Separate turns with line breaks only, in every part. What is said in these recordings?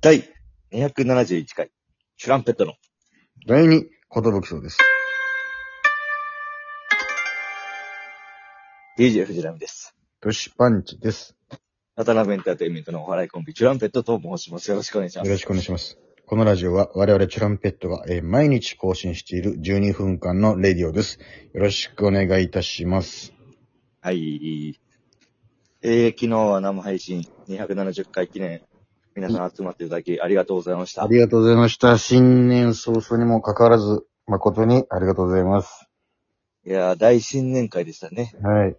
第271回、チュランペットの。
第二、ことぶきそうです。
DJ 藤波です。
トシパンチです。
渡辺エンターテインメントのお笑いコンビ、チュランペットと申します。よろしくお願いしま
よ
す。
ろしくお願いします。このラジオは我々チュランペットが、えー毎日更新している12分間のレディオです。よろしくお願いいたします。
はい。えー、昨日は生配信270回記念、皆さん集まっていただきありがとうございました。
ありがとうございました。新年早々にもかかわらず、誠にありがとうございます。
いやー、大新年会でしたね。
はい。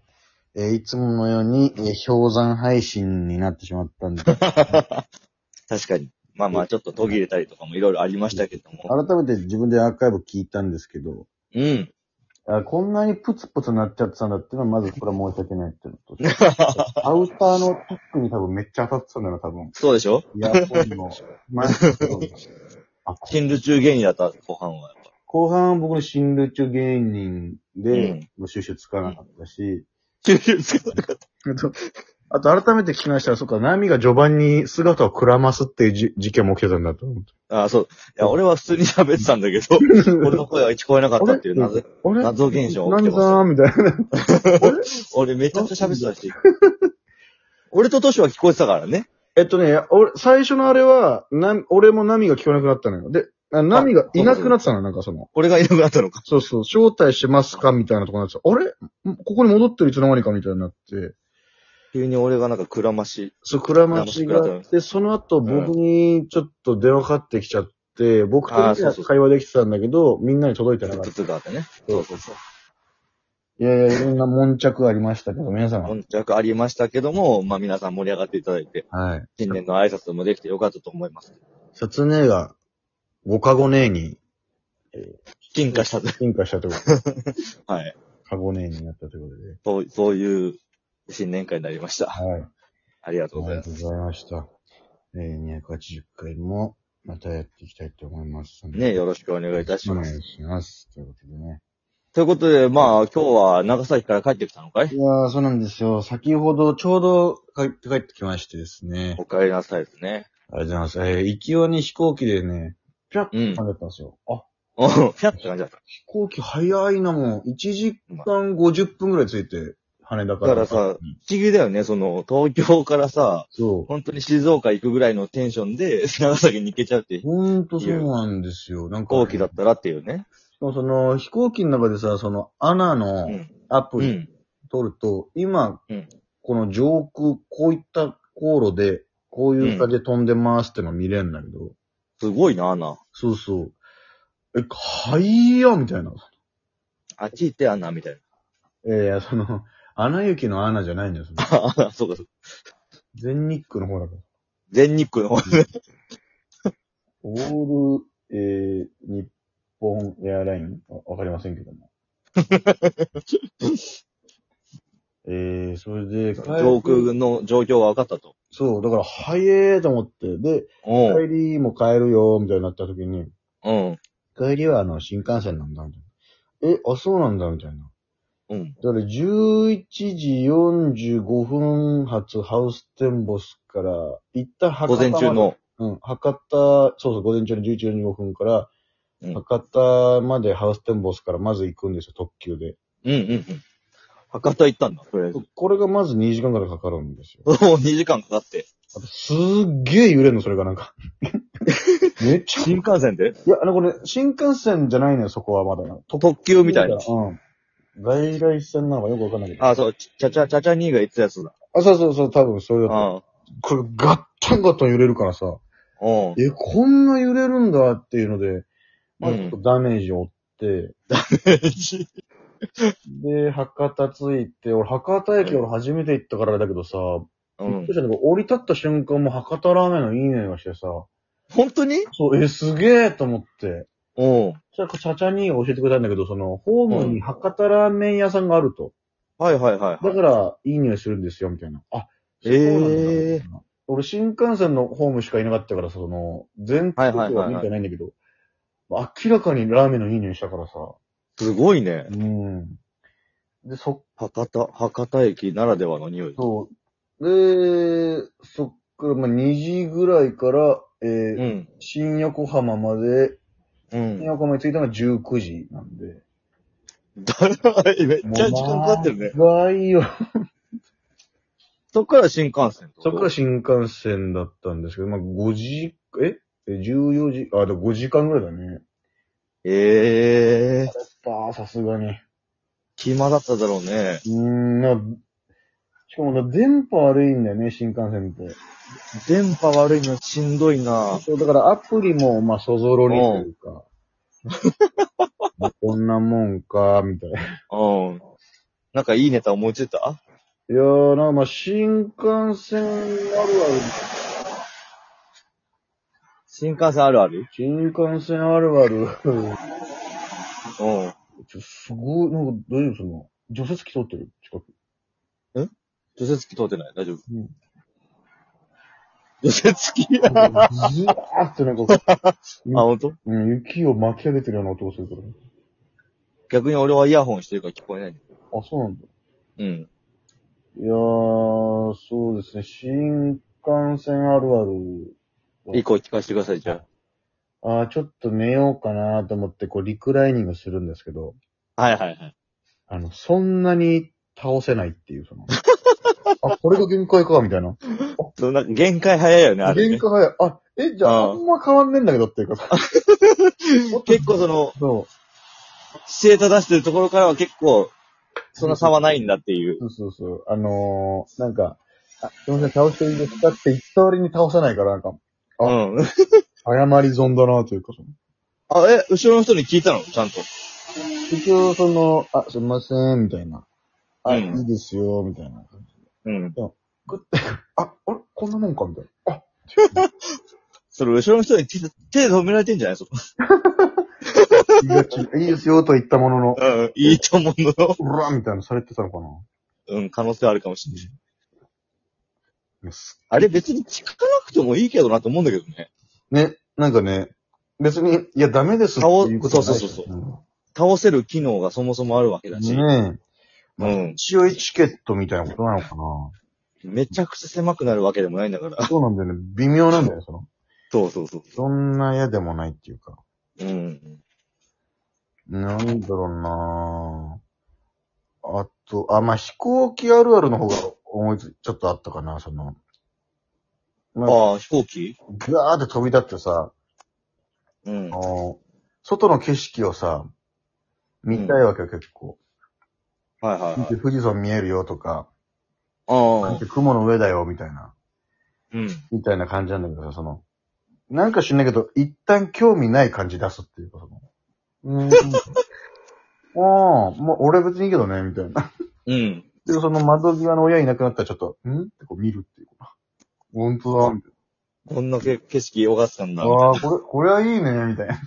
えーいつものように、えー氷山配信になってしまった んで、改
確かに。まあまあ、ちょっと途切れたりとかもいろいろありましたけども。
めて自分でアーカイブ聞いたんですけど、
うん。
あこんなにプツプツなっちゃってたんだっていうのは、まずこれは申し訳ないっていうのと。 アウターのタックに多分めっちゃ当たってたんだな、多分。
そうでしょ
イヤホンの。まあ、あ
進路中芸人だった、後半は。
後半は僕の新ルチョ芸人
う
で
ん、
もう収集つかなかったし、
は
あと、あと改めて聞きましたら、そっか、ナミが序盤に姿をくらますっていうじ事件も起きてたんだと思って。
ああ、そう。いや、俺は普通に喋ってたんだ けど、俺の声は 聞こえなかったっていう謎。
あれ
謎現象
何
起きてました
だーみたいな。
俺めちゃくちゃ喋ってた し。俺とトシは聞こえてたからね。
えっとね、俺、最初のあれは、な、俺もナミが聞こえなくなったのよ。で、あナミがいなくなってたの、なんかその。
俺がいなくなったのか。
そうそう、招待しますかみたいなとこになってた。あれんここに戻ってるいつの間にかみたいになって。
急に俺がなんかくらまし。
そう、倉町があって、その後僕にちょっと電話かかってきちゃって、僕と
あーそうそう
会話できてたんだけど、みんなに届いてなかった。
つがあってね。そうそうそう。
いやいや、いろんな悶着ありましたけど、皆さんは。
本着ありましたけども、まあ皆さん盛り上がっていただいて、
はい。
新年の挨拶もできてよかったと思います。
説明が、ごかごねえに
進化したと。
進化したということで、
はい。
かごねえになったということで。
そう、そういう新年会になりました。
はい。
ありがとうご
あ
ざ
り
います。
がとうございました。えー、280回も、またやっていきたいと思います。
ね、よろしくお願いいたします。
お願いします。ということでね。
ということで、まあ今日は長崎から帰ってきたのかい
いやー、そうなんですよ。先ほど、ちょうど帰って帰ってきましてですね。
お帰りなさいですね。
ありがとうございます。えー、行きはね、飛行機でね、ぴゃっと
うん
飛んでったんですよ。あ、
お う、ひゃって感じだった。
飛行機早いな、もう。1時間50分ぐらいついて、羽田から。
だからさ
う
不
ん、
思議だよね、その、東京からさ、
そう。
本当に静岡行くぐらいのテンションで、 長崎に行けちゃうって、飛
ほんとそうなんですよ。なんか、
行機だったらっていうね。
そうその、飛行機の中でさ、その、アナ
う
の
ん。
アプ
う
リ
ん。
取ると、今、
うん
この上空、こういった航路で、こういう風で飛んでますっての見れるんだけど、
すごいな、アナ。
そうそう。え、はいや、みたいな。
あっち行って、アナ、みたい
えーいや、その、アナ雪のアナじゃないんだよ、その。
な。 あそうか、そうか。
全日空の方だから。
全日空の方ね。
オール、えー、日本エアラインわわかりませんけども。 えー、それで、帰り
上空の状況は分かったと。
そう、だから、早えと思って、で、
おう
帰りも帰るよ、みたいになった時に、
うん。
帰りはあの、新幹線なんだ、みたいな。え、あ、そうなんだ、みたいな。
うん。
だから11時45分発ハウステンボスから、一旦博
午
多まで
前中。の。
うん、博多、そうそう、午前中の11時45分から、
うん
博多までハウステンボスからまず行くんですよ、特急で。
うんうんうん。博多行ったんだ、とりあえず。
これがまず2時間ぐらいかかるんですよ。
お う2時間かかって。
あとすっげえ揺れんの、それがな んか。めっちゃ。
新幹線で
いや、あの、これ、新幹線じゃないのよ、そこはまだ。特
特急みたいな。
うん。外来線なのかよくわかんないけど。
あ、そう、ちちゃちゃ、ちゃちゃ兄が言ってたやつだ。
あ、そうそうそう、多分それだと思う。
あ
これガッタンガッタン揺れるからさ、
あ。うん。
え、こんな揺れるんだっていうので、まあ、
うん
ちょっとダメージを負って、で、博多着いて、俺博多駅
うん
俺初めて行ったからだけどさ、
う
びっ
ん
くり。したんだけど降り立った瞬間も博多ラーメンのいい匂いがしてさ、
本当に
そう、え、すげえと思って、
うん。
そしたらチャチャに教えてくれたんだけど、その、ホームに博多ラーメン屋さんがあると。
はいはいはいは
だ
い。
から、いい匂いするんですよ、みたいな。あ、そうなんだ
ええ
俺、新幹線のホームしかいなかったから、その、全
はい
国
はいはいは
はい見てないんだけど、明らかにラーメンのいい匂いしたからさ。
すごいね。
うん。で、そ、
博多、博多駅ならではの匂い。
そう。で、そっから、まあ、2時ぐらいから、えー
うん。
新横浜まで、
う
新
ん。
横浜に着いたのが19時なんで。
だいめっちゃ時間かかってるね。
長いよ。
そっから新幹線
そっから新幹線だったんですけど、まあ、5時、ええ ?14 時、あ、でも5時間ぐらいだね。
ええー、
ああ、さすがに。
暇だっただろうね。
うーん、な、しかもな、電波悪いんだよね、新幹線って。
電波悪いのしんどいな
そう、だからアプリも、まあ、そぞろにという か。まあこんなもんか、みたいな。い
うん。なんかいいネタ思いついた
やー、なんかまあ、新幹線あるある。
新幹線あるある
新幹線あるあ
う
る。
ん。
ちょすごい、なんか大丈夫その、除雪機通ってる 近く。
除雪機通ってない大丈夫。
うん
除雪機
ずーってなんか、
あ、ほんと
うん、雪を巻き上げてるような音がするから。
逆に俺はイヤホンしてるから聞こえない。
あ、そうなんだ。
うん。
いやー、そうですね。新幹線あるある。
一個聞かせてください、じゃ
あーちょっと寝ようかなと思って、こう、リクライニングするんですけど、
あ。はいはいはい。
あの、そんなに倒せないっていう、 その。あ、これが限界か、みたいな。
そんな、限界早いよね、あれ、
限
ね。
界早い。あ、え、じゃあ、
あ
あ
ー
んま変わんねえんだけどっていうか。
結構その、
そ
姿勢正してるところからは結構、そんな差はないんだっていう。
う。そうそうそう。あのー、なんか、あ、すいません、倒していいですかって一通りに倒さないから、なんか、
う。
うん謝り損だなというか、その。
あ、え、後ろの人に聞いたのちゃんと。
一応、その、あ、すいません、みたいな。あ、
うん
いいですよ、みたいな。
うん。
グッあ、あれこんなもんか、みたいな。
それ後ろの人に手で手で止められてんじゃないそこ。
いやちいいですよ、と言ったものの、
うん。いいと思うの。
うら、みたいな、されてたのかな。
うん、可能性はあるかもしれない。
いやす
あれ別に聞かなくてもいいけどなと思うんだけどね。
ね、なんかね、別に、いや、ダメですっていうことはな
そ
い
うそうそう
うそ
倒せる機能がそもそもあるわけだし。
ねえ。
うん
一応エチケットみたいなことなのかな。
めちゃくちゃ狭くなるわけでもないんだから。
そうなんだよね。微妙なんだよね、その。
そうそうそう。
そんな嫌でもないっていうか。
うん。
なんだろうなぁ。あと、あ、まあ、飛行機あるあるの方が思いつ、ちょっとあったかな、その。まあ、
ああ、飛行機
ガーって飛び立ってさ、
うん
あ。の、外の景色をさ、見たいわけよ、結構。
はいはいはい。
富士山見えるよとか、
ああ。
雲の上だよ、みたいな、
うん。
みたいな感じなんだけどさ、その、なんか知んないけど、一旦興味ない感じ出すっていうか、その。うーん。 ああ、もう俺別にいいけどね、みたいな。
うん。
で、その窓際の親いなくなったらちょっと、んってこう見るっていうか。ほんとだ、みたい
こんなけ景色よがってたんだ。
な。ああ、これ、これはいいね、み たいな。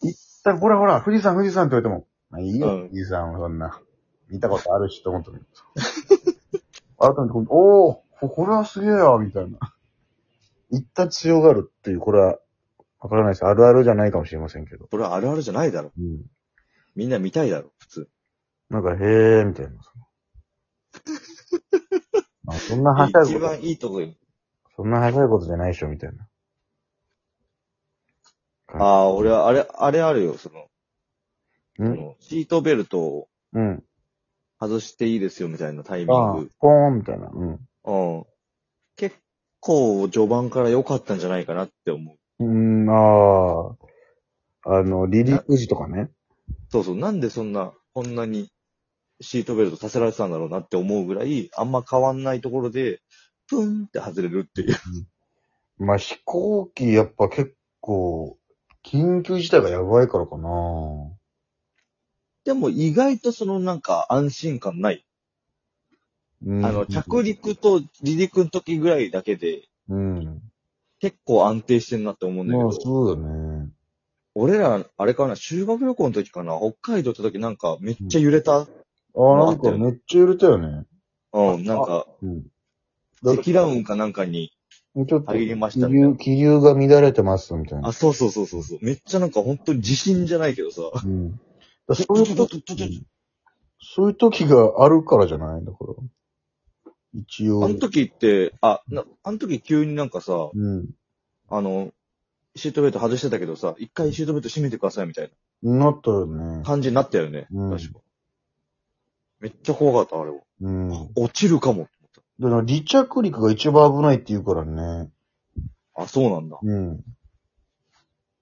一旦、ほらほら、富士山富士山って言われても、まあいいよ、
うん
富士山はそんな。見たことあるし、と思ったのに。改めてこう、おおこれはすげえや、みたいな。一旦強がるっていう、これは、わからないです。あるあるじゃないかもしれませんけど。
これはあるあるじゃないだろ。
うん。
みんな見たいだろ、普通。
なんか、へえ、み たいな。まあ、そんなはしゃぐ
一
こと
番いいとこよ。
そんな早いことじゃないでしょ、みたいな。
ああ、俺は、あれ、あれあるよ、その、
う
そ
ん
のシートベルトを
うん。
外していいですよ、みたいなタイミン
ああ
グ。、
ポーンみたいな。うん。
うん。結構、序盤から良かったんじゃないかなって思う。
うん、ああ。あの、離陸時とかね。
そうそう、なんでそんな、こんなにシートベルトさせられてたんだろうなって思うぐらい、あんま変わんないところで、プンって外れるっていう。
まあ、飛行機やっぱ結構、緊急事態がやばいからかな。
でも意外とそのなんか安心感ない。
うん、
あの、着陸と離陸の時ぐらいだけで、
うん。
結構安定してんなって思うんだけ
ま
ど
あ、、そうだね。
俺ら、あれかな、修学旅行の時かな、北海道行った時なんかめっちゃ揺れた。
ああ、
まあ
なんかめっちゃ揺れたよね。
うん、なんか、
うん。
積乱雲かなんかに、
ちょっと、
入りました
気
ね
流、気流が乱れてます、みたいな
あ、。そうそうそうそうそう。めっちゃなんか本当に地震じゃないけどさ。
うん。だからそういう
ちょ
時
ちょちょちょちょ、
そういう時があるからじゃないんだから。一応。
あの時って、あ、なあの時急になんかさ、
うん。
あの、シートベルト外してたけどさ、一回シートベルト閉めてくださいみたい
なったよね
な。感じになったよね。
うん
確か。めっちゃ怖かった、あれは。
うん。だ
落ちるかも。
から離着陸が一番危ないって言うからね。
あ、そうなんだ。
うん。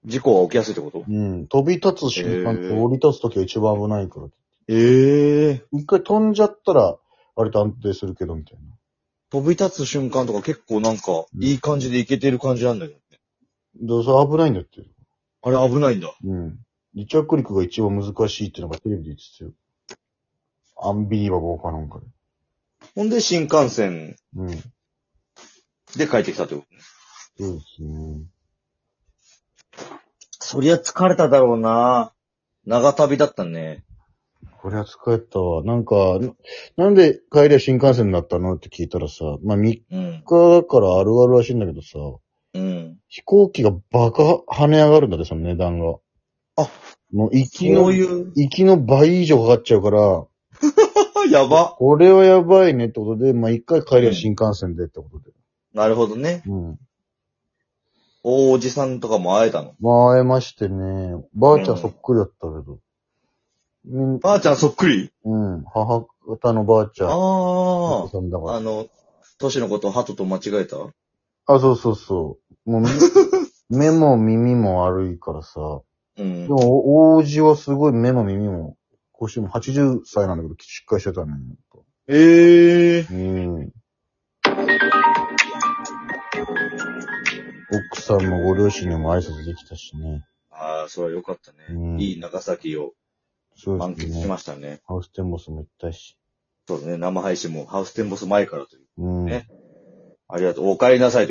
事故は起きやすいってこと
うん。飛び立つ瞬間と
へー
降り立つ時が一番危ないから。
ええ
一回飛んじゃったら、あれと安定するけど、みたい
飛び立つ瞬間とか結構なんか、
ん
いい感じでいけてる感じなんだけどね。
な。だからそれ危ないんだって。
あれ危ないんだ。
うん。離着陸が一番難しいっていうのがテレビで言ってたよ。アンビリーバボーかなんかで。
ほんで新幹線
うん。
で帰ってきたってこと
そうですね。
そりゃ疲れただろうな長旅だったね。
これは疲れたわ。なんか、ななんで帰りは新幹線になったのって聞いたらさ、まあ3
うん。
日だからあるあるらしいんだけどさ、
うん。
飛行機がバカ跳ね上がるんだって、その値段が。
あ、
もう行き
そ
の
う、いう。
行きの倍以上かかっちゃうから、
やば。
これはやばいねってことで、まあ一回帰りは新幹線でってことで。
なるほどね。
うん。
大おじさんとかも会えたの。
まあ会えましてね、ばあちゃんそっくりだったけど。うん、
ばあちゃんそっくり
うん、母方のばあちゃん。
あ
さんだか
あ。
ら
あの、都市のことをハトと間違えた
あ、そうそうそう。もうみ 目も耳も悪いからさ。
うん
で。も、王子はすごい目も耳も、腰も80歳なんだけど、しっかりしてたね。
ええ
うん。奥さんもご両親にも挨拶できたしね。
ああ、それは良かったね。
うん
いい長崎を
そう
満
です
喫し
ね。
ましたね。
ハウステンボスも行ったし。
そうですね。生配信もハウステンボス前からという。
うん。
ねありがとう。お帰りなさいという